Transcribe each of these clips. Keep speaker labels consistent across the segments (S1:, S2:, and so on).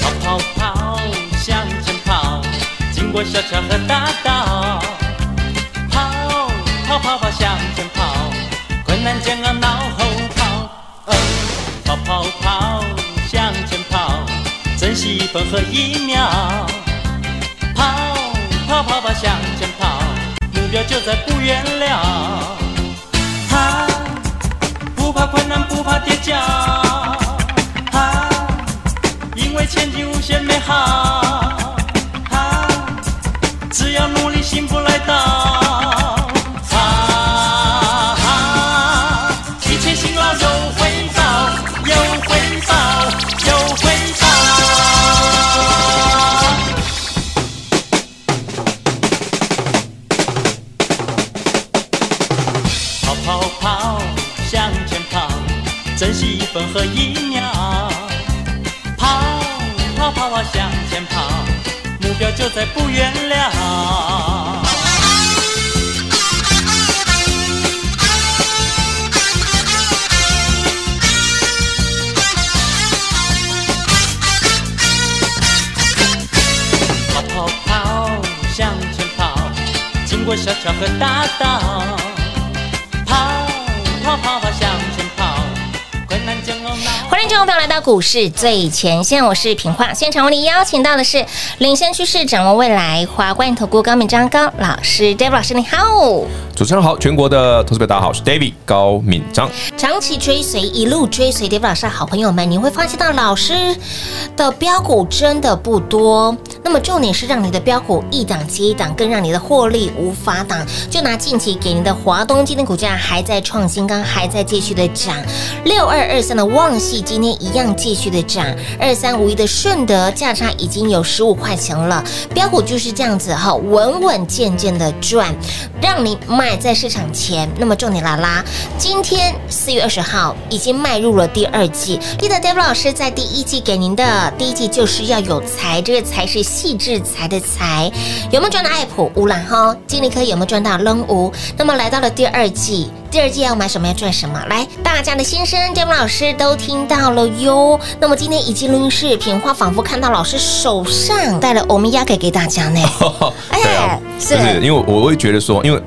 S1: 跑跑跑，向前跑，经过小桥和大道。跑跑跑跑向前跑，困难煎熬脑后啊跑。哦，跑跑跑向前跑，珍惜一分和一秒。跑跑跑跑向前跑，目标就在不远了。跑，不怕困难，不怕跌跤。跑。因为前景无限美好。啊，只要努力，幸福来到。啊，一切辛劳有回报，有回报，有回报。跑跑跑，向前跑，珍惜一分和一秒。跑跑跑跑向前跑，目标就在不远了。跑跑跑向前跑，经过小桥和大道。跑跑跑跑向前跑，困难煎熬闹。
S2: 欢迎听众朋友来到股市最前线，我是平化。现场为您邀请到的是领先趋势、掌握未来华冠投顾高敏章高老师，David 老师，你好。
S3: 主持人好，全国的投资者大家好，我是 David 高敏章。
S2: 长期追随，一路追随 David 老师的好朋友们，你会发现到老师的标股真的不多。那么重点是让你的标股一档接一档，更让你的获利无法挡。就拿近期给您的华东今天股价还在创新高，还在继续的涨。六二二三的旺系今天一样继续的涨，二三五一的顺德价差已经有十五块钱了。标股就是这样子哈，稳稳健健的赚，让你买在市场前。那么重点啦啦，今天四月二十号已经迈入了第二季。记得 David 老师在第一季给您的第一季就是要有才，这个才是细致才的才。有没有赚到爱普？乌兰哈，金利科有没有赚到扔无？那么来到了第二季。第二季要买什么，要赚什么？来，大家的心声，David 老师都听到了哟。那么今天一进录音室，品花仿佛看到老师手上带了欧米亚给给大 家呢。哎
S3: 对啊，
S2: 是
S3: 就是因为我我会觉得说，因为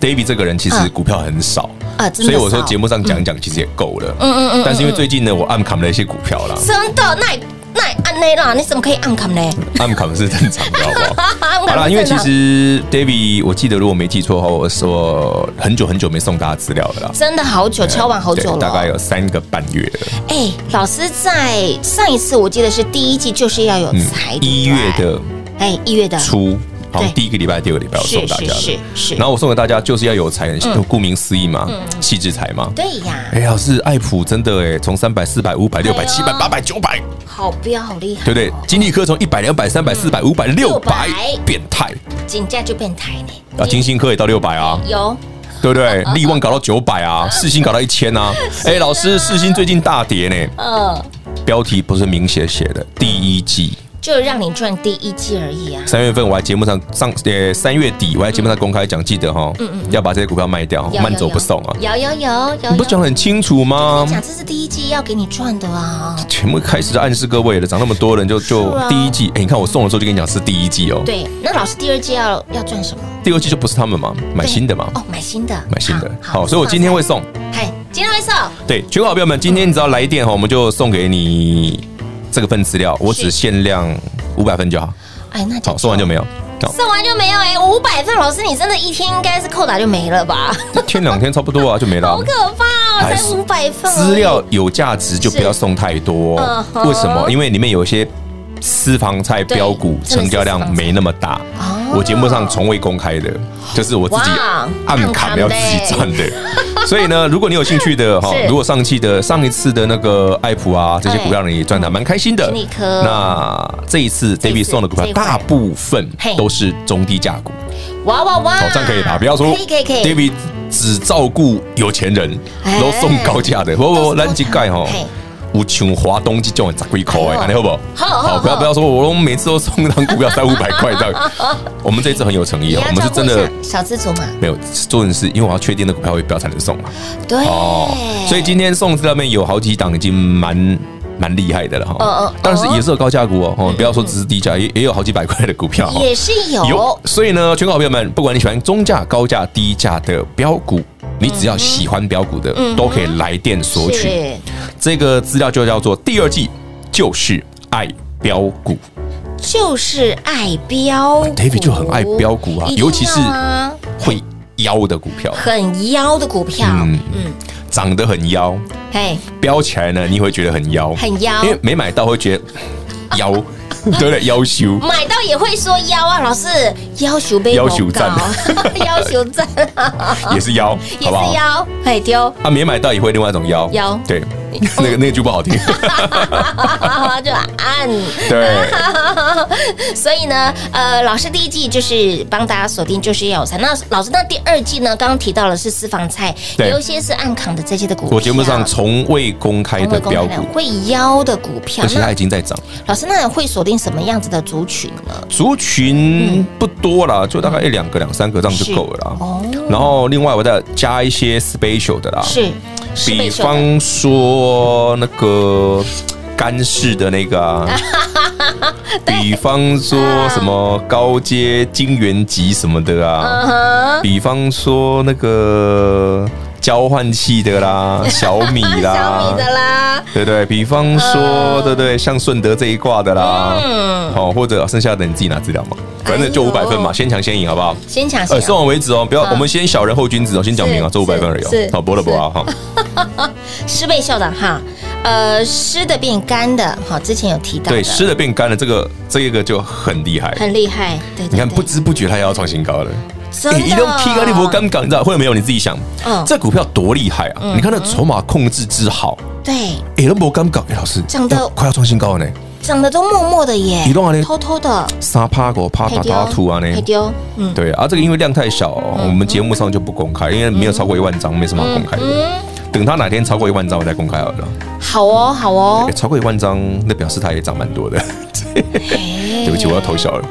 S3: David 这个人其实
S2: 嗯
S3: 股票很少，
S2: 啊，真
S3: 所
S2: 的
S3: 以我说
S2: 少
S3: 节目上讲一讲其实也够了。
S2: 嗯嗯嗯嗯
S3: 但是因为最近呢，我暗砍了一些股票 啦，
S2: 真的，那也那也按内啦，你怎么可以按 砍呢？
S3: 暗砍是正常的，好 不好？
S2: 好
S3: 好啦，因为其实 David，我记得如果没记错的话，我说很久很久没送大家资料了啦，
S2: 真的好久，敲完好久
S3: 对
S2: 了，
S3: 大概有三个半月了。
S2: 哎、老师在上一次我记得是第一季，就是要有才，
S3: 嗯一月的
S2: 哎，一月的
S3: 初，好
S2: 对
S3: 像第一个礼拜、第二个礼拜我
S2: 是
S3: 送大
S2: 是
S3: 家的
S2: 是。是，
S3: 然后我送给大家就是要有才，顾名思义嘛，气质才嘛。
S2: 对呀，
S3: 哎，老师，爱普真的哎，从三百、四百、五百、六百、七百、八百、九百，
S2: 好标好厉害、哦，
S3: 对不对？金利科从一百、两百、三百、四百、五百、六百，
S2: 600
S3: 变态
S2: 金价就变台呢，
S3: 啊！金星科也到六百啊，
S2: 有
S3: 对不对？力旺搞到九百啊，世星搞到一千嗯啊。哎，老师，世星最近大跌呢，
S2: 呃，
S3: 标题不是明写写的，第一季。
S2: 就让你赚第一季而已啊，
S3: 三月份我还节目上上呃三月底我还节目上公开讲，记得哈，嗯要把这些股票卖掉哈，
S2: 有
S3: 慢走不送啊！
S2: 有有有有，
S3: 你
S2: 有
S3: 不讲得很清楚吗？
S2: 讲这是第一季要给你赚的啊，
S3: 全部开始就暗示各位了，涨那么多人就就是
S2: 啊
S3: 第一季，哎，你看我送的时候就跟你讲是第一季哦，
S2: 对，那老师第二季要要赚什么？
S3: 第二季就不是他们嘛，买新的嘛，
S2: 哦，买新的，
S3: 啊买新的，好，所以我今天会送，
S2: 嗨，今天会送，
S3: 对，全国好朋友们，今天你只要来电哈，我们就送给你这个份资料，我只限量五百份就好，
S2: 哎，那
S3: 好，送完就没有，好，
S2: 送完就没有哎、五百份，老师你真的一天应该是扣打就没了吧？
S3: 一天两天差不多啊就没了 啊，
S2: 好可怕哦，
S3: 还
S2: 才
S3: 是
S2: 五百份而已
S3: 资料有价值就不要送太多
S2: 是嗯，哼
S3: 为什么？因为里面有一些私房菜
S2: 对
S3: 标股
S2: 真的
S3: 成
S2: 是
S3: 交量没那么大
S2: 房菜哦，
S3: 我节目上从未公开的，就是我自己
S2: 哇
S3: 暗砍
S2: 暗砍
S3: 要
S2: 的
S3: 自己赚的， 所以呢，如果你有兴趣 的哈
S2: 是，
S3: 如果上期的上一次的那个爱普啊这些股票你也赚的
S2: 嗯
S3: 还蛮开心的
S2: 是，那颗
S3: 那这一次
S2: 这一
S3: David
S2: 次
S3: 送的股票
S2: 这一块
S3: 大部分
S2: 嘿
S3: 都是中低价股，
S2: 哇哇哇！
S3: 好，这样可以吧？不要说
S2: 啊可以可以可以
S3: David 只照顾有钱人
S2: 哎，
S3: 都送高价的，不
S2: 都
S3: 不，
S2: 是高价
S3: 咱这盖哈
S2: 嘿。
S3: 有像华东这种十几块
S2: 哎
S3: 的，
S2: 呦
S3: 安尼好不好？
S2: 好好好
S3: 不要不要说，我都每次都送一张股票三五百块这 样。我们这一次很有诚意
S2: 也
S3: 哦，
S2: 要
S3: 我们
S2: 照
S3: 是
S2: 顾
S3: 真
S2: 一
S3: 的
S2: 下小资族嘛，
S3: 没有做人是因为我要确定的股票会标才能送嘛。
S2: 对，
S3: 哦，
S2: 哎
S3: 所以今天送上面有好几档已经蛮蛮厉害的了
S2: 嗯嗯
S3: 哈，但是
S2: 哦
S3: 也是有高价股哦，哦，不要说只是低价，也也有好几百块的股票哦。
S2: 也是有，
S3: 所以呢，全国好朋友们，不管你喜欢中价、高价、低价的标股，你只要喜欢标股的，
S2: 嗯哼
S3: 都可以来电索取。
S2: 是
S3: 这个资料就叫做第二季，就是爱标股。
S2: 就是爱标股
S3: 哎 David 就很爱标股啊
S2: 一定要
S3: 尤其是
S2: 啊
S3: 会妖的股票，
S2: 很妖的股票，
S3: 嗯
S2: 嗯，
S3: 长得很妖，
S2: 嘿，
S3: 标起来呢，你会觉得很妖，
S2: 很妖
S3: 因为没买到会觉得 妖，对不对？妖羞。
S2: 买到也会说妖啊，老师，要求被
S3: 要求赞
S2: 要求 赞，
S3: 也是 妖，
S2: 嗯也
S3: 好不好
S2: 是？妖，嘿丢，
S3: 啊，没买到也会另外一种妖，
S2: 妖
S3: 对，那个那个就不好 听，
S2: 就按。
S3: 对，
S2: 所以呢，呃，老师第一季就是帮大家锁定就是药材，那老师那第二季呢，刚刚提到了是私房菜，
S3: 对
S2: 有一些是暗扛的这些的股票，
S3: 我节目上从未公开的标股，
S2: 会妖的股票，
S3: 而且它
S2: 那
S3: 已经在涨，
S2: 老师那会锁定什么样子的族群呢？
S3: 族群不多啦，就大概一两个、两三个这样就够了啦。
S2: 嗯哦，
S3: 然后另外我再加一些 special 的啦，
S2: 是，是
S3: 啊比
S2: 被锁的
S3: 方说那个干式的那个 啊，比方说什么高阶金元级什么的啊，
S2: 嗯哼，
S3: 比方说那个交换器 的啦，小米
S2: 小
S3: 啦
S2: 米，的啦，
S3: 对不对，比方说
S2: 嗯
S3: 对不对，像顺德这一挂的啦。
S2: 嗯，
S3: 好，哦或者剩下的你自己拿资料嘛，反正就
S2: 哎
S3: 五
S2: 呦
S3: 百分嘛，先抢先赢，好不好？
S2: 先抢
S3: 呃，
S2: 先
S3: 送
S2: 送
S3: 完为止哦，不要，
S2: 嗯
S3: 我们先小人后君子哦，先讲明啊，
S2: 是
S3: 这五百分而已哦
S2: 是，
S3: 好，博了博啊， 哈，
S2: 湿被秀的哈，呃，湿的变干的，好，之前有提到的，
S3: 对，湿的变干了，这个这个就很厉害。
S2: 很厉害，对对对，
S3: 你看，不知不觉它也要创新高了。
S2: 真的，
S3: 一动 K 高利博刚港，你知道会有没有？你自己想
S2: 嗯，
S3: 这股票多厉害啊！你看那筹码控制之好，
S2: 对，
S3: 哎，都博刚港，哎，老师
S2: 讲得
S3: 要快要创新高了呢，
S2: 长得都默默的耶，
S3: 移动啊你
S2: 偷偷的，
S3: 三趴狗趴打打图啊呢
S2: 还。丢，嗯
S3: 对啊，这个因为量太小哦，我们节目上就不公开，因为没有超过一万张，没什么好公开的。
S2: 嗯，
S3: 等它哪天超过一万张，我再公开好了。
S2: 好哦好哦哎
S3: 哎，超过一万张，那表示它也涨蛮多的。
S2: 对
S3: 对不起，我要偷笑了，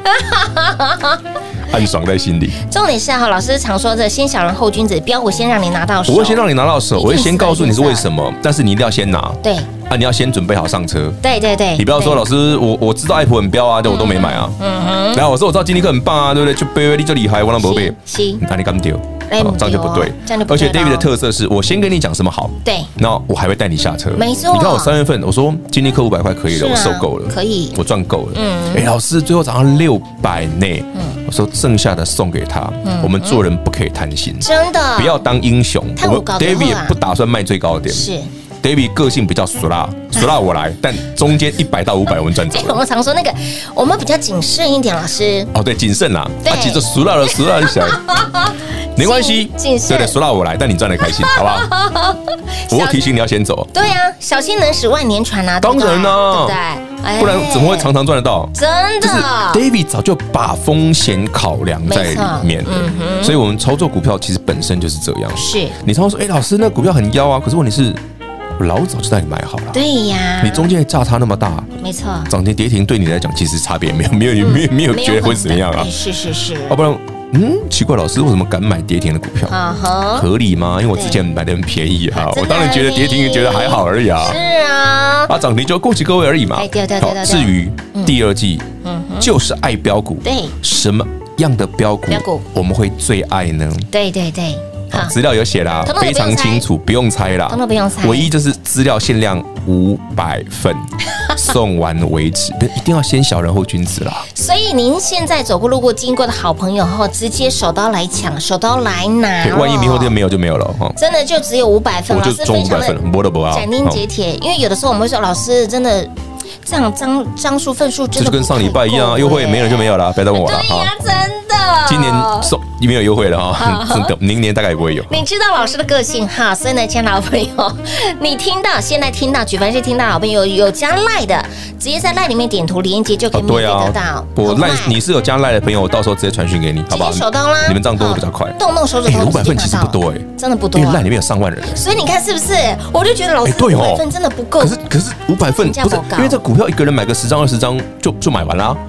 S3: 暗爽在心里。
S2: 重点是哈，老师常说的“先小人后君子”，标股先让你拿到手，
S3: 我会先让你拿到手，
S2: 一定是
S3: 我会先告诉你是为什么，但是你一定要先拿啊！
S2: 对
S3: 你要先准备好上车。
S2: 对对对，
S3: 你不要说
S2: 对嗯
S3: 老师，我我知道爱普很标啊，但我都没买啊。然后我说我知道金立克很棒啊，对不对？就贝威利就厉害，我让伯贝，
S2: 是是
S3: 那你敢丢？
S2: 哎
S3: 好这样就不对
S2: 不对哦这样就。不
S3: 而且
S2: 对了
S3: David 的特色是我先跟你讲什么好，
S2: 对
S3: 那我还会带你下车。
S2: 没错
S3: 你看我三月份我说金立克五百块可以
S2: 是
S3: 了，
S2: 啊
S3: 我受够了，
S2: 可以
S3: 我赚够了。
S2: 嗯
S3: 哎，老师最后涨到六百呢，我说剩下的送给他。
S2: 嗯
S3: 我们做人不可以贪心，
S2: 真的
S3: 不要当英雄。
S2: 太
S3: 我
S2: 有
S3: 们
S2: 搞头
S3: David 也
S2: 了啊
S3: 不打算卖最高的点。
S2: 是。 嗯
S3: David 个性比较俗辣，俗辣我来，但中间一百到五百我们赚走
S2: 哎，我
S3: 了。
S2: 们常说那个，我们比较谨慎一点，老师。
S3: 哦，对，谨慎啦，
S2: 对
S3: 啊，其实俗辣了，俗辣就 想，没关系，
S2: 谨谨慎
S3: 对对，俗辣我来，但你赚的开心，好不好？ 我会提醒你要先走，
S2: 对啊，小心能使万年船啊！
S3: 当然啦
S2: 啦，对不对？哎
S3: 不然怎么会常常赚得到？
S2: 真
S3: 就是
S2: 的？
S3: David 早就把风险考量在里
S2: 没
S3: 面
S2: 错嗯
S3: 了，所以我们操作股票其实本身就是这样。
S2: 是，
S3: 你常常说，哎，老师，那股票很妖啊，可是问题是，我老早就带你买好了，
S2: 对啊呀，
S3: 你中间价差那么大，
S2: 没错，
S3: 涨停跌停对你来讲其实差别没有没有
S2: 嗯
S3: 没有没有觉得会怎么样啊
S2: 哎？是是是，
S3: 要不然，嗯，奇怪，老师为什么敢买跌停的股票？
S2: 啊哈，
S3: 合理吗？因为我之前买的很便宜啊，
S2: 对
S3: 我当然觉得跌停也觉得还好而已啊
S2: 是，啊，
S3: 啊，涨停就恭喜各位而已嘛
S2: 哎对对。对对对嗯
S3: 至于第二季，就是爱标股，
S2: 对
S3: 什么样的标股
S2: 标股
S3: 我们会最爱呢？
S2: 对对对，好
S3: 好，资料有写啦
S2: 通，通都
S3: 非
S2: 不用
S3: 常
S2: 猜
S3: 清楚，不用猜啦，
S2: 通通不用猜
S3: 唯一就是资料限量五百 份，送完为止，不一定要先小人后君子啦。
S2: 所以您现在走过路过经过的好朋友后，直接手刀来抢，手刀来拿
S3: 对，
S2: 哦。
S3: 万一明后天没有就没有了哦。
S2: 真的就只有五百份，
S3: 我
S2: 老
S3: 就
S2: 师分啊
S3: 中五
S2: 享
S3: 百
S2: 的
S3: 份，摸都不要。
S2: 斩钉截
S3: 哦
S2: 铁，因为有的时候我们会说，老师真的这样张张数份数真
S3: 这
S2: 的
S3: 就
S2: 不
S3: 跟上礼拜一
S2: 太够
S3: 样，啊
S2: 耶
S3: 优惠没了就没有了，不要再问我了
S2: 对
S3: 哈
S2: 呀。，真的，
S3: 今年送没有优惠了
S2: 啊
S3: 哈， 真的，明年大概也不会有。
S2: 你知道老师的个性哈，所以呢，亲爱的老朋友， 你听到现在听到，举凡是听到老朋友有加赖的，直接在赖里面点图连接就可以免费
S3: 对
S2: 得
S3: 啊
S2: 到。，
S3: 我
S2: 很快
S3: 赖你是有加赖的朋友，我到时候直接传讯给你，好
S2: 直
S3: 不好
S2: 接？手刀啦，
S3: 你们这样多比较快
S2: 哦动动手指
S3: 哎，
S2: 头，
S3: 五百份
S2: 直接
S3: 其实
S2: 拿到
S3: 不多哎，
S2: 真的不多
S3: 因为
S2: 啊
S3: 赖里面有上万人哎。
S2: 所以你看是不是？我就觉得老师
S3: 哎对
S2: 五
S3: 哦
S2: 百份真的不够
S3: 可，是可是五百份
S2: 价
S3: 不是
S2: 报告，
S3: 因为这股票一个人买个十张二十张就就买完啦、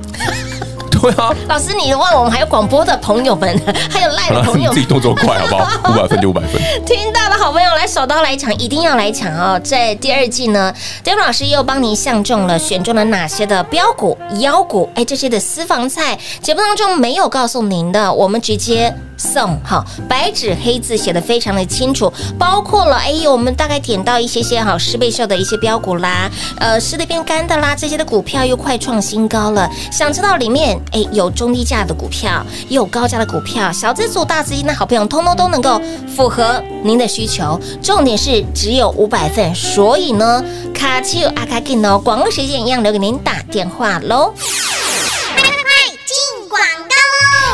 S3: 对啊，
S2: 老师你忘了我们还有广播的朋友 们，还有赖
S3: 好
S2: 的
S3: 了，
S2: 朋
S3: 你
S2: 友
S3: 自己动作快好不好？五百份就五百 份，
S2: 听到的好朋友来手刀来抢，一定要来抢哦！在第二季呢，David 老师又帮您相中了，选中了哪些的标股、妖股，哎，这些的私房菜，节目当中没有告诉您的，我们直接送哈，白纸黑字写的非常的清楚，包括了哎，我们大概点到一些些哈十倍秀的一些标股啦，呃，湿的变干的啦，这些的股票又快创新高了。想知道里面哎有中低价的股票，也有高价的股票，小资族、大资金的好朋友，通通都能够符合您的需求。重点是只有五百份，所以呢，卡丘阿卡金哦，广告时间一样留给您打电话喽。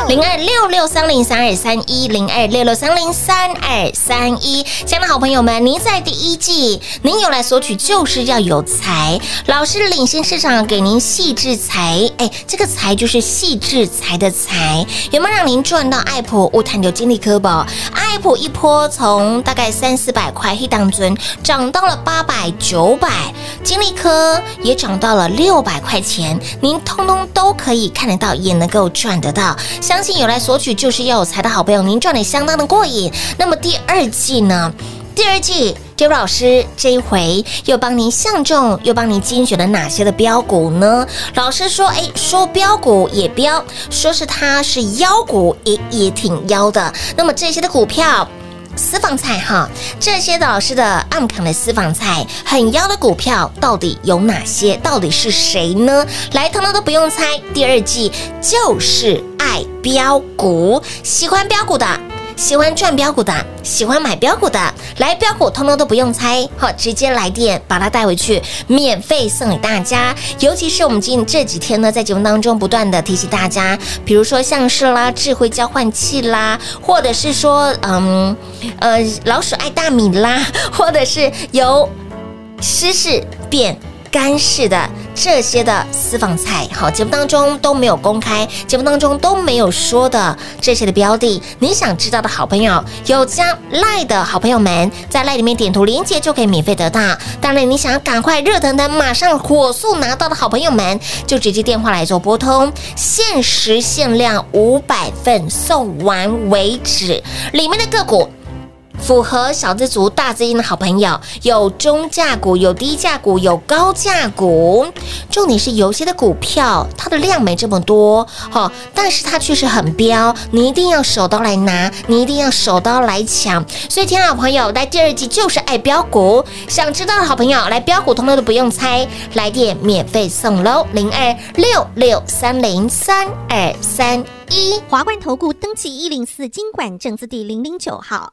S2: 零二六六三零三二三一零二六六三零三二三一，亲爱的好朋友们，您在第一季，您有来索取就是要有才，老师领先市场给您细致才，哎，这个才就是细致才的才，有没有让您赚到爱普物探流金利科宝？爱普一波从大概三四百块一当尊涨到了八百九百，金利科也涨到了六百块钱，您通通都可以看得到，也能够赚得到。相信有来索取就是要有财的好朋友，您赚的相当的过瘾。那么第二季呢？第二季。J 老师这一回又帮您相中，又帮您精选了哪些的标股呢？老师说，哎，说标股也标，说是它是妖股也也挺妖的。那么这些的股票。私房菜哈，这些的老师的暗扛的私房菜，很妖的股票到底有哪些？到底是谁呢？来，通通都不用猜，第二季就是爱标股，喜欢标股的。喜欢赚标股的，喜欢买标股的，来标股通通都不用猜，好，直接来电把它带回去，免费送给大家。尤其是我们近这几天呢，在节目当中不断的提醒大家，比如说像是啦、智慧交换器啦，或者是说嗯呃老鼠爱大米啦， 或者是由湿式变干式的这些的私房菜，好，节目当中都没有公开，节目当中都没有说的这些的标的，你想知道的好朋友，有加赖的好朋友们，在赖里面点图连接就可以免费得到。当然，你想要赶快热腾腾、马上火速拿到的好朋友们，就直接电话来做拨通，限时限量五百份送完为止，里面的个股。符合小资族、大资金的好朋友，有中价股，有低价股，有高价股。重点是有些的股票它的量没这么多，哦，但是它确实很彪，你一定要手刀来拿，你一定要手刀来抢。所以，亲爱的朋友，来第二季就是爱标股，想知道的好朋友来标股，通通都不用猜，来电免费送喽，零二六六三零三二三一。
S4: 华冠投顾登记一零四经管证字第零零九号。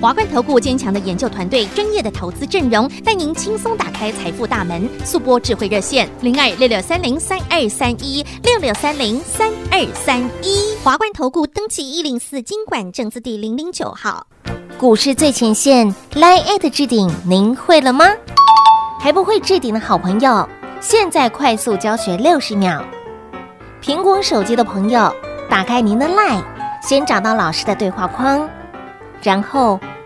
S4: 华冠投顾坚强的研究团队，专业的投资阵容，带您轻松打开财富大门。速播智慧热线零二六六三零三二三一六六三零三二三一。华冠投顾登记一零四经管证字第零零九号。
S2: 股市最前线 Line at 置顶，您会了吗？还不会置顶的好朋友，现在快速教学六十秒。苹果手机的朋友，打开您的 Line，先找到老师的对话框，然后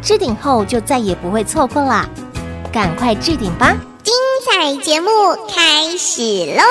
S2: 置顶后就再也不会错过啦，赶快置顶吧！
S5: 彩节目开始喽！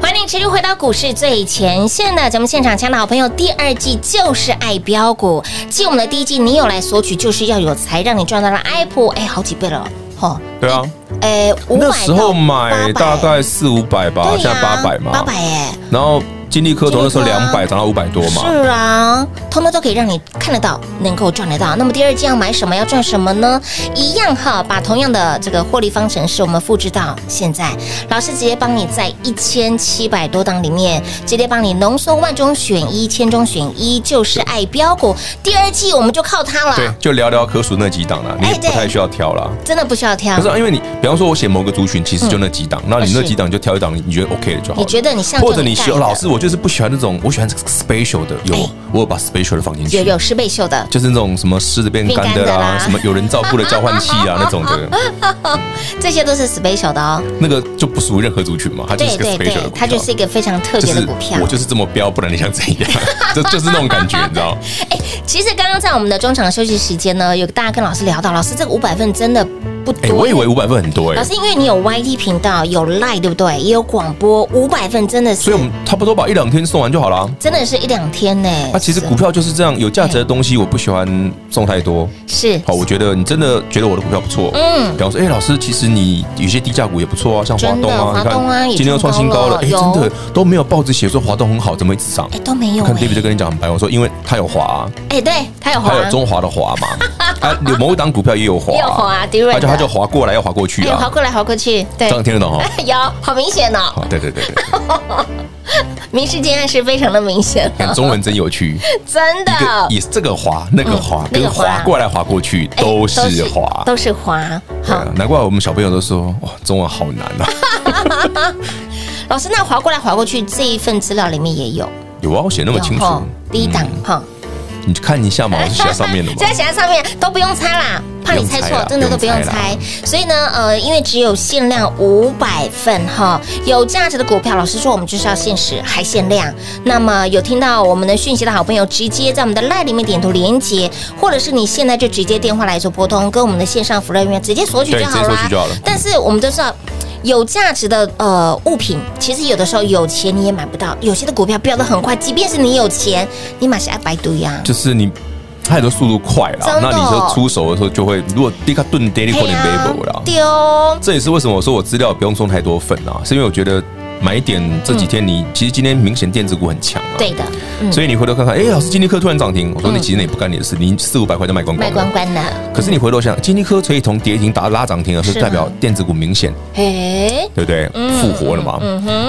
S2: 欢迎持续回到股市最前线的节目现场，亲爱的好朋友，第二季就是爱标股。继我们的第一季，你有来索取，就是要有才让你赚到了 Apple，哎，好几倍了哦。
S3: 对啊，
S2: 哎，五百
S3: 那时候买大概四五百吧，啊现在八百嘛，
S2: 啊八百哎，
S3: 然后金利科从那时候
S2: 金利科
S3: 两
S2: 啊
S3: 百涨到五百多嘛，
S2: 是啊，通通都可以让你看得到，能够赚得到。那么第二季要买什么，要赚什么呢？一样哈，把同样的这个获利方程式，我们复制到现在，老师直接帮你在一千七百多档里面，直接帮你浓缩万中选一，千中选一，就是爱标股。第二季我们就靠它
S3: 对
S2: 了，，
S3: 就寥寥可数那几档啦，你也
S2: 哎
S3: 不
S2: 对
S3: 太需要挑啦。
S2: 真的不需要挑
S3: 可。是啊因为你，比方说我写某个族群，其实就那几档，那
S2: 嗯
S3: 你
S2: 是
S3: 那几档就挑一档你觉得 OK 的就好
S2: 你
S3: 了。
S2: 觉得你像
S3: 或者你
S2: 这
S3: 喜
S2: 种
S3: 欢
S2: 大
S3: 老
S2: 的
S3: 师，我就是不喜欢那种，我喜欢这个 special 的，有
S2: 哎
S3: 我有把 special 的放进去，
S2: 有有师倍秀的，
S3: 就是那种什么狮子变干的
S2: 变干的
S3: 啦
S2: 啦，
S3: 什么有人照顾的交换器啊那种 的，
S2: 这些都是 special 的哦。
S3: 那个就不属于任何族群嘛，它就
S2: 对
S3: 啊是个
S2: 对
S3: special
S2: 对
S3: 的，股
S2: 它
S3: 票。
S2: 就是一个非常特别的股票。
S3: 我就是这么标，不然你想怎样？ 就就是那种感觉，你知 道？
S2: 其实刚刚在我们的中场休息时间呢，有大家跟老师聊到，老师这个五百份真的不多
S3: 哎，
S2: 耶。
S3: 我以为五百份很多
S2: 老
S3: 哎，
S2: 师，因为你有 YT 频道，有 Line 对不对？也有广播，五百份真的是，
S3: 所以我们差不多把一两天送完就好了。
S2: 真的是一两天呢。
S3: 啊，其实股票就是这样，有价值
S2: 哎
S3: 的东西我不喜欢送太多。
S2: 是
S3: 好，我觉得你真的觉得我的股票不错，
S2: 嗯
S3: 比方说，哎，老师，其实你有些低价股也不错啊，像华
S2: 真的
S3: 东啊，
S2: 华东啊也
S3: 今天又创新高了，哎，
S2: 创高了
S3: 真的都没有报纸写说华东很好，怎么一直涨？
S2: 哎都没有
S3: 我看 David
S2: 哎
S3: 就跟你讲很白，我说因为它有华啊，
S2: 哎对，他有华，
S3: 它有中华的华 嘛，啊，有某一档股票也有华
S2: 也有
S3: 啊，
S2: 华，迪瑞的
S3: 它就它就滑过来又滑过去
S2: 哎滑
S3: 啊，
S2: 过来滑过去，对
S3: 这，样听得懂哈？ 哦
S2: 有好明显哦，
S3: 好，对对对 对，
S2: 明示间暗示非常的明显，
S3: 看中文真有趣，
S2: 真
S3: 一个
S2: 的。
S3: 也是这个滑那个滑
S2: 嗯，那
S3: 跟
S2: 个滑
S3: 滑过来滑过去
S2: 哎
S3: 都是滑。
S2: 都是滑。
S3: 对
S2: 好
S3: 啊，，难怪我们小朋友都说哇，中文好难 啊！
S2: 老师，那滑过来滑过去这一份资料里面也有，
S3: 有啊，我写那么清楚
S2: 有吼。第一档
S3: 嗯
S2: 哈，
S3: 你看一 下嘛，我是写在上面的嘛
S2: 现。在写在上面都不用猜啦，怕你猜
S3: 不用猜
S2: 错
S3: 啦，
S2: 真的都不用
S3: 不用
S2: 猜
S3: 猜。
S2: 所以呢，呃，因为只有限量五百份哈，有价值的股票，老实说，我们就是要限时还限量。那么有听到我们的讯息的好朋友，直接在我们的 line 里面点图连接，或者是你现在就直接电话来做拨通，跟我们的线上服务人员直接索取
S3: 对
S2: 就好
S3: 直接
S2: 啦
S3: 索取就好了
S2: 但是我们都知道。有价值的呃物品，其实有的时候有钱你也买不到，有些的股票飙得很快，即便是你有钱，你买是爱白堆呀、
S3: 就是你，它很多速度快啦，
S2: 真的
S3: 那你就出手的时候就会，如果立刻顿跌，你可能
S2: 嘿啊
S3: b a 啦。
S2: 对哦，
S3: 这也是为什么我说我资料不用送太多份啊，是因为我觉得买点这几天你、其实今天明显电子股很强啊，
S2: 嗯对的，嗯
S3: 所以你回头看看，哎，老师，金利科突然涨停，我说
S2: 嗯
S3: 你其实也不干你的事，你四五百块就卖光
S2: 卖
S3: 光
S2: 光
S3: 了。
S2: 光的，
S3: 可是你回头想，金利科可以从跌停打拉涨停了，
S2: 是
S3: 是
S2: 啊
S3: 代表电子股明显
S2: 嘿，
S3: 对不对
S2: 嗯？
S3: 复活了嘛？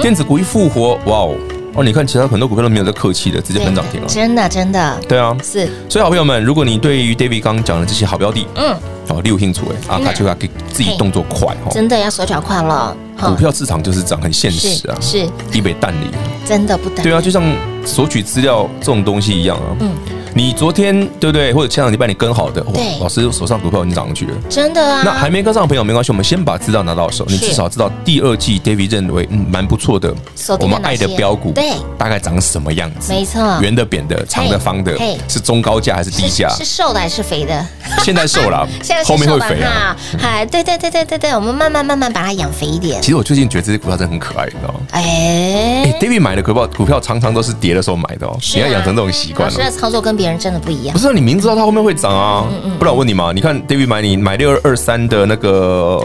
S3: 电子股一复活，哇哦！哦，你看其他很多股票都没有在客气的，直接喷涨停了。
S2: 真的真的
S3: 对啊，
S2: 是，
S3: 所以好朋友们，如果你对于 David 刚刚讲的这些好标的，
S2: 嗯，
S3: 哦，你有兴趣哎，啊，
S2: 嗯
S3: 他就要给自己动作快哦。
S2: 真的要手脚快了，哈
S3: 股票市场就是这样，很现实啊，
S2: 是是
S3: 一杯蛋里。
S2: 真的不等，
S3: 对啊，就像索取资料这种东西一样啊。
S2: 嗯
S3: 你昨天对不对，或者前两礼拜你跟好的，哇
S2: 对，
S3: 老师手上股票已经涨上去了。
S2: 真的啊，
S3: 那还没跟上的朋友没关系，我们先把资料拿到手，你
S2: 是
S3: 至少知道第二季 David 认为嗯蛮不错的
S2: 锁，
S3: 我
S2: 定了
S3: 们
S2: 哪
S3: 爱
S2: 些
S3: 的标股
S2: 对
S3: 大概长什么样子？
S2: 没错
S3: 圆的、扁的、长的、方的
S2: 嘿，
S3: 是中高价还是低
S2: 是
S3: 价？
S2: 是瘦的还是肥的？
S3: 现在瘦了
S2: 现在，是
S3: 后面
S2: 瘦
S3: 会
S2: 的
S3: 肥啊。
S2: 哈，哎，对对对对对对，我们慢慢慢慢把它养肥一点
S3: 其，实我最近觉得这些股票真的很可爱，你知道吗？哎
S2: 哎，
S3: ，David 买的股票股票常常都是跌的时候买的哦，
S2: 是
S3: 你
S2: 啊
S3: 要养成这种习
S2: 老
S3: 惯哦
S2: 师。嗯的操作跟别人真的不一样
S3: 不，是啊，你明知道它后面会涨啊，不然我问你嘛，你看 David 买你买六二二三的那个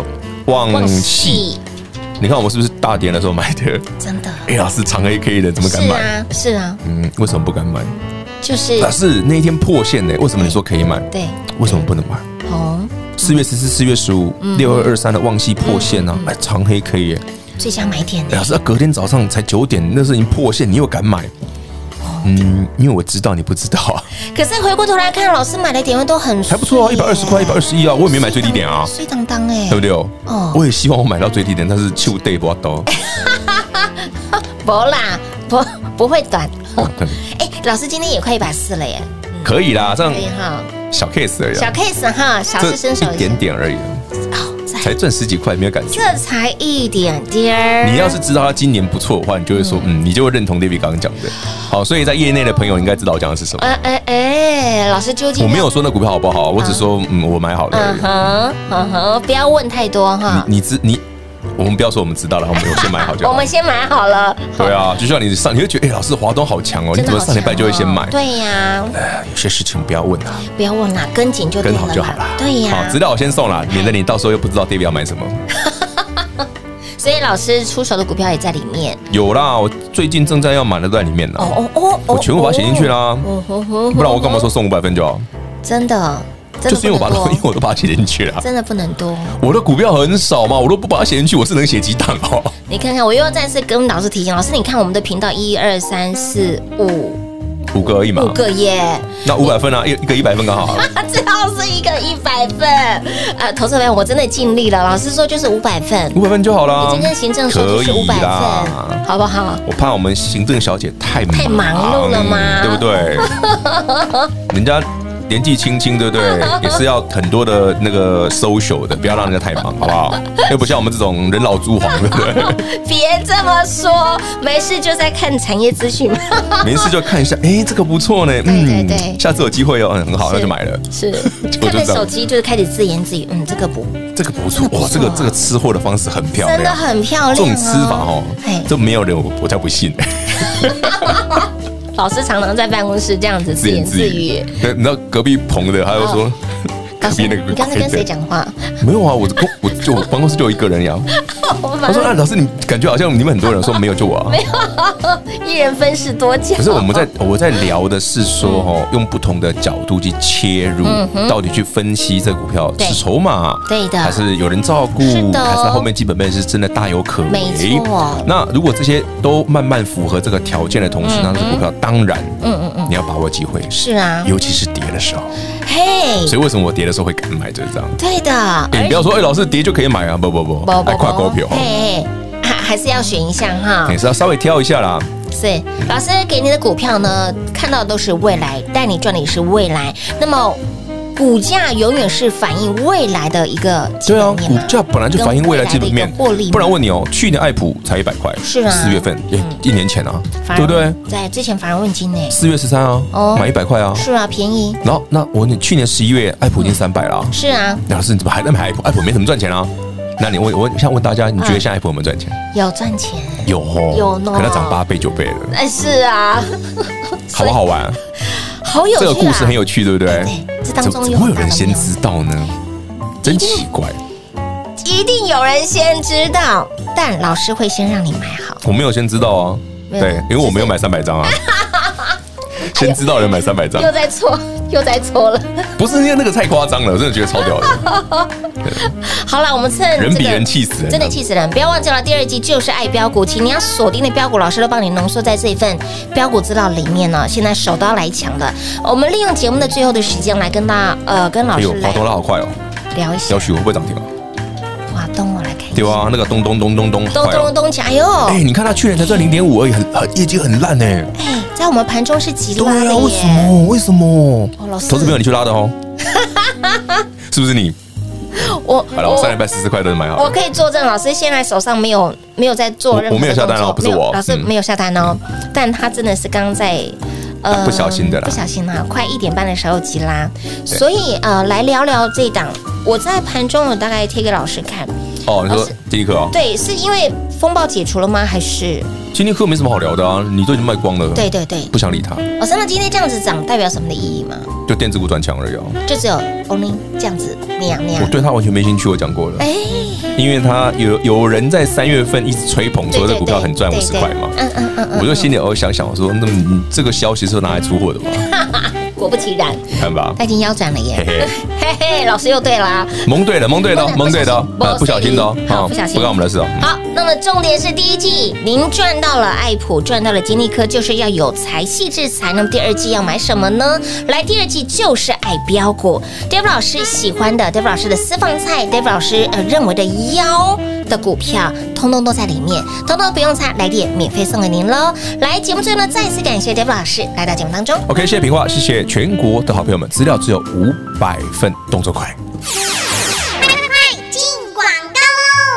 S3: 旺系，你看我们是不是大跌的时候买的？
S2: 真的。
S3: 哎，老师长 A K 的怎么敢
S2: 是
S3: 买？
S2: 啊，是啊，
S3: 嗯，为什么不敢买？
S2: 就是
S3: 老师那一天破线呢、为什么你说可以买？
S2: 对，
S3: 为什么不能买？
S2: 哦，
S3: 四月十四、四月十五、
S2: 嗯
S3: 六二二三的旺系破线啊，哎，长黑 K 耶、
S2: 最佳买点
S3: 哎老师，啊隔天早上才九点，那时候已经破线，你又敢买？
S2: 哦
S3: 嗯，因为我知道你不知道 啊，
S2: 可是回过头来看，老师买的点位都很
S3: 还不错啊，
S2: 碎
S3: 一
S2: 耶
S3: 百二十块、一百二十一啊，我也没买最低点啊，
S2: 碎当当哎
S3: 对，不对？
S2: 哦
S3: 哦，我也希望我买到最低点，但是就 day 不 到。
S2: 不啦，不不会短。
S3: 对
S2: 哎，老师今天也快一百四了耶，
S3: 可以啦，这样
S2: 可以哈，
S3: 小 case 而已
S2: 小
S3: 啊，
S2: case 哈，小试身手
S3: 一点点而已啊。
S2: 哦，这
S3: 才赚十几块，没有感觉。
S2: 这才一点点儿。
S3: 你要是知道他今年不错的话，你就会说，嗯，你就会认同 David 刚刚讲的。好，所以在业内的朋友应该知道我讲的是什么。
S2: 哎哎哎，老师究竟
S3: 我没有说那股票好不好，我只说，嗯，我买好了而
S2: 嗯
S3: 已。
S2: 哼嗯哼，不要问太多哈。
S3: 你你知你，我们不要说我们知道了，我们我先买好就 好。
S2: 我们先买好了，
S3: 对啊，就像你上，你会觉得，哎，老师华东好强哦，你
S2: 真的
S3: 怎么
S2: 好
S3: 上礼拜
S2: 强
S3: 就会先
S2: 哦
S3: 买？
S2: 对呀，
S3: 哎有些事情不要问啊，
S2: 不要问啦，跟紧就对
S3: 跟
S2: 了
S3: 好
S2: 啦
S3: 就好了。
S2: 对呀
S3: 好，，资料我先送了，免得你到时候又不知道 David 要买什么。
S2: 所以老师出手的股票也在里面。
S3: 有啦，我最近正在要买的都在里面呢。
S2: 哦哦哦，
S3: 我全部把它写进去啦，
S2: 哦。哦哦
S3: 不然我干嘛说送五百分就好？
S2: 真的？真
S3: 就
S2: 的
S3: 是因为我把它，
S2: 不能
S3: 因为
S2: 多
S3: 我都把它写进去了。
S2: 真的不能多。
S3: 我的股票很少嘛，我都不把它写进去，我是能写几档 哦？
S2: 你看看，我又要再次跟老师提醒，老师你看我们的频道一二三四五
S3: 五个而已嘛
S2: 五，个耶，
S3: 那五百分啊，一一个一百分刚好啊。
S2: 啊，最后是一个一百份。呃，投资朋友，我真的尽力了，老师说就是五百份，
S3: 五百分就好啦
S2: 你今天行政说就
S3: 嗯可
S2: 是五
S3: 以
S2: 百份，
S3: 啦。
S2: 好不好？
S3: 我怕我们行政小姐太忙嗯
S2: 太忙碌了吗
S3: 对不对？ 人家年纪轻轻，对不对？也是要很多的那个 social 的，不要让人家太忙，好不好？又不像我们这种人老珠黄，对 不对？
S2: 别这么说，没事就在看产业资 讯嘛。
S3: 没事就看一下，哎，这个不错呢，嗯
S2: 对对
S3: 下次有机会哦，嗯很好，
S2: 是
S3: 那就买了。
S2: 是，
S3: 就
S2: 看着
S3: 这样
S2: 手机就是开始自言自语，嗯，这个不，
S3: 这个不
S2: 这个
S3: 错，
S2: 不错
S3: 哇，这个
S2: 啊
S3: 这个吃货的方式很漂亮，
S2: 真的很漂亮、哦。
S3: 这种吃法哦
S2: 嘿，
S3: 这没有人我我才不信，
S2: 老师常常在办公室这样子自 言自语。。
S3: 对你知道隔壁棚的，他又说，
S2: 老
S3: 隔
S2: 师，
S3: 壁那
S2: 你
S3: 个
S2: 刚才跟谁讲 话？
S3: 没有啊，我公我就我办公室就有一个 人呀。
S2: 我
S3: 他
S2: 们
S3: 说啊，老师你感觉好像你们很多人说没有就我啊。
S2: 一人分饰多角。
S3: 可是我们在我在聊的是
S2: 嗯
S3: 说哦，用不同的角度去切入，到底去分析这股票
S2: 对
S3: 是筹码，
S2: 对的
S3: 还是有人照顾，
S2: 是的
S3: 还是它后面基本面是真的大有可为。
S2: 没错
S3: 那如果这些都慢慢符合这个条件的同
S2: 嗯
S3: 时，那这股票当然，嗯嗯嗯，你要把握机会，
S2: 是啊，
S3: 尤其是跌的时候。
S2: 嘿，
S3: 所以为什么我跌的时候会敢买这张？
S2: 对 的，
S3: 哎，你
S2: 而
S3: 不要说哎，老师跌就可以买啊，不不不，
S2: 不
S3: 还跨股票哦，
S2: 嘿，嘿还还是要选一项哈
S3: 也。是要稍微挑一下啦。
S2: 是老师给你的股票呢，看到的都是未来，带你赚的也是未来。那么。股价永远是反映未来的一个基
S3: 对啊，
S2: 本面
S3: 股
S2: 嘛
S3: 价本来就反映未来基本面
S2: 跟未来的一个获利嘛，
S3: 不然问你哦，去年爱普才一百块，
S2: 是啊
S3: 四月份也一年前啊，
S2: 反而
S3: 对不对？？
S2: 在之前反而问金呢，
S3: 四月十三
S2: 哦
S3: 啊，买一百块啊，
S2: 是啊，便宜，
S3: 然后那我问你去年十一月爱普已经三百了啊，
S2: 是啊，
S3: 那老师你怎么还在买爱普？爱普没怎么赚钱啊？那你问我想问大家，你觉
S2: 嗯
S3: 得现在爱普有没有赚钱？
S2: 有赚钱，
S3: 有哦，
S2: 有呢
S3: 可能涨八倍九倍了，
S2: 哎，是 啊，
S3: 好不好玩？
S2: 好有趣
S3: 这
S2: 啊！
S3: 个故事很有趣，对不对？
S2: 对，这当
S3: 怎
S2: 中
S3: 么怎
S2: 有
S3: 么会
S2: 很
S3: 有
S2: 大的
S3: 人先
S2: 妙
S3: 知道呢？真奇怪，
S2: 一定有人先知道，但老师会先让你买好。
S3: 我没有先知道啊，
S2: 没有
S3: 对，因为我没有买三百 张啊。先知道的人买三百张，
S2: 又在错， 又在错了。
S3: 不是因为那个太夸张了，我真的觉得超 屌的，
S2: 好了，我们趁
S3: 人
S2: 这
S3: 比
S2: 个
S3: 人气死人，啊
S2: 真的气死人！不要忘记了，第二季就是爱标股，请你要锁定的标股，老师都帮你浓缩在这一份标股资料里面呢、现在手刀来抢的，我们利用节目的最后的时间来跟大呃跟老
S3: 哎
S2: 师
S3: 呦，
S2: 来
S3: 华东拉好快哦，
S2: 聊一下
S3: 要。许会不会涨停啊？
S2: 华东，我来看一下。
S3: 对啊，那个咚咚咚咚咚，
S2: 咚
S3: 快
S2: 咚
S3: 哦！
S2: 咚锵！哎呦，
S3: 哎，你看它去年才赚零点五而已，很很业绩很烂哎。
S2: 哎，在我们盘中是急
S3: 对
S2: 拉的
S3: 啊，
S2: 耶。
S3: 为什么？为什么
S2: 哦老师？
S3: 投资朋友，你去拉的 哦，是不是你？
S2: 我
S3: 好了，我上礼
S2: 我
S3: 拜十四块都买好
S2: 我
S3: 了。
S2: 可以作证，老师现在手上没有没有在做任何
S3: 我我没有
S2: 的
S3: 下单哦
S2: 动作
S3: 不是
S2: 没有
S3: 我
S2: 老师
S3: 嗯
S2: 没有下单哦，但他真的是刚在。呃
S3: 啊不小心的啦
S2: 不小心啦，快一点半的时候急拉，所以呃，来聊聊这一档，我在盘中有大概贴给老师看，
S3: 哦，你
S2: 老
S3: 说
S2: 师
S3: 第一课哦，
S2: 对，是因为风暴解除了吗？还是
S3: 今天课没什么好聊的啊，你都已经卖光了，
S2: 对对对，
S3: 不想理他，
S2: 老师，那今天这样子涨代表什么的意义吗？
S3: 就电子股转强而已哦。
S2: 就只有 only 这样子那样那
S3: 我
S2: 样，
S3: 对他完全没兴趣，我讲过了，
S2: 哎，
S3: 因为他有有人在三月份一直吹捧说这股票很赚五十块嘛
S2: 对，对对嗯嗯嗯嗯，
S3: 我就心里偶尔想想，我说那你这个消息是拿来出货的吧？
S2: 嗯果不其然，
S3: 看吧，
S2: 他已经腰斩了耶，
S3: 嘿嘿，
S2: 嘿嘿，老师又对啊啦。
S3: 蒙对了，蒙对了，
S2: 蒙
S3: 蒙
S2: 对
S3: 对
S2: 了
S3: 了，
S2: 不小心
S3: 啊不小心的哦，
S2: 好
S3: 啊
S2: 不小心
S3: 不干我们的事哦。
S2: 好，那么重点是第一季，您赚到了爱普，赚到了金利科，就是要有财气制财。那么第二季要买什么呢？来，第二季就是爱标股。Dave 老师喜欢的，Dave 老师的私房菜，Dave 老师呃认为的妖的股票，通通都在里面，通通不用猜，来电免费送给您喽。来，节目最后呢，再次感谢 Dave 老师来到节目当中。
S3: OK，谢谢平话，谢谢全国的好朋友们，资料只有五百份，动作快。
S5: 快进广告。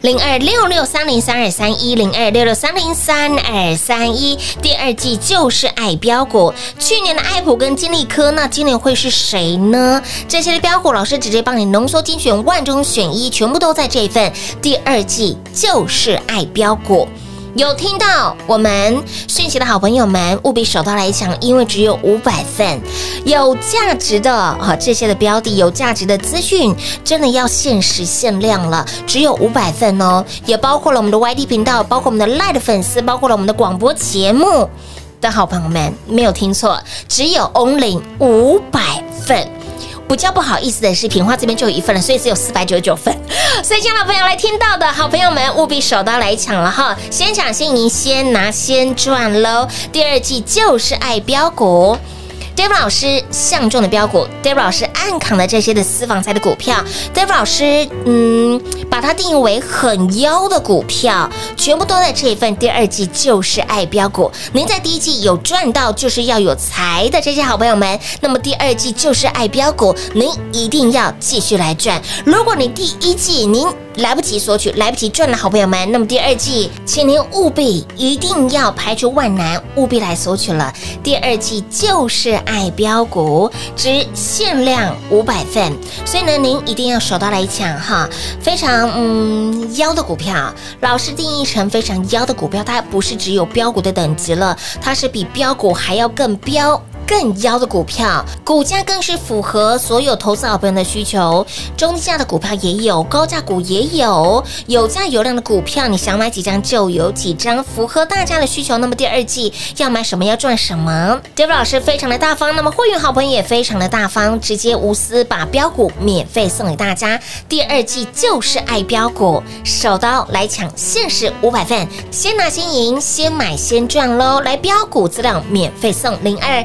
S2: 零二六六三零三二三一零二六六三零三二三一。第二季就是爱标股，去年的爱普跟金利科，那今年会是谁呢？这些的标股老师直接帮你浓缩精选，万中选一，全部都在这份第二季就是爱标股。有听到我们讯息的好朋友们，务必手到来抢，因为只有五百份有价值的啊，这些的标的有价值的资讯，真的要限时限量了，只有五百份哦，也包括了我们的 YT 频道，包括我们的 Live 的粉丝，包括了我们的广播节目的好朋友们，没有听错，只有 only 五百份。比较不好意思的是，平花这边就有一份了，所以只有四百九十九份。 所以，亲爱的朋友来听到的好朋友们，务必手刀来抢了哈！先抢先赢，先拿先赚喽！第二季就是爱标股。Dave 老师相中的标股，Dave 老师暗扛的这些的私房菜的股票，Dave 老师嗯，把它定义为很妖的股票，全部都在这一份第二季就是爱标股。您在第一季有赚到，就是要有财的这些好朋友们，那么第二季就是爱标股，您一定要继续来赚。如果你第一季您来不及索取，来不及赚的好朋友们，那么第二季，请您务必一定要排除万难，务必来索取了。第二季就是爱标股，只限量五百份，所以呢，您一定要手到来抢哈。非常嗯妖的股票，老师定义成非常妖的股票，它不是只有标股的等级了，它是比标股还要更标。更妖的股票，股价更是符合所有投资好朋友的需求。中低价的股票也有，高价股也有，有价有量的股票，你想买几张就有几张，符合大家的需求。那么第二季要买什么，要赚什么，David 老师非常的大方，那么会员好朋友也非常的大方，直接无私把标股免费送给大家。第二季就是爱标股，手刀来抢，限时五百份，先拿先赢，先买先赚喽！来标股资料免费送零二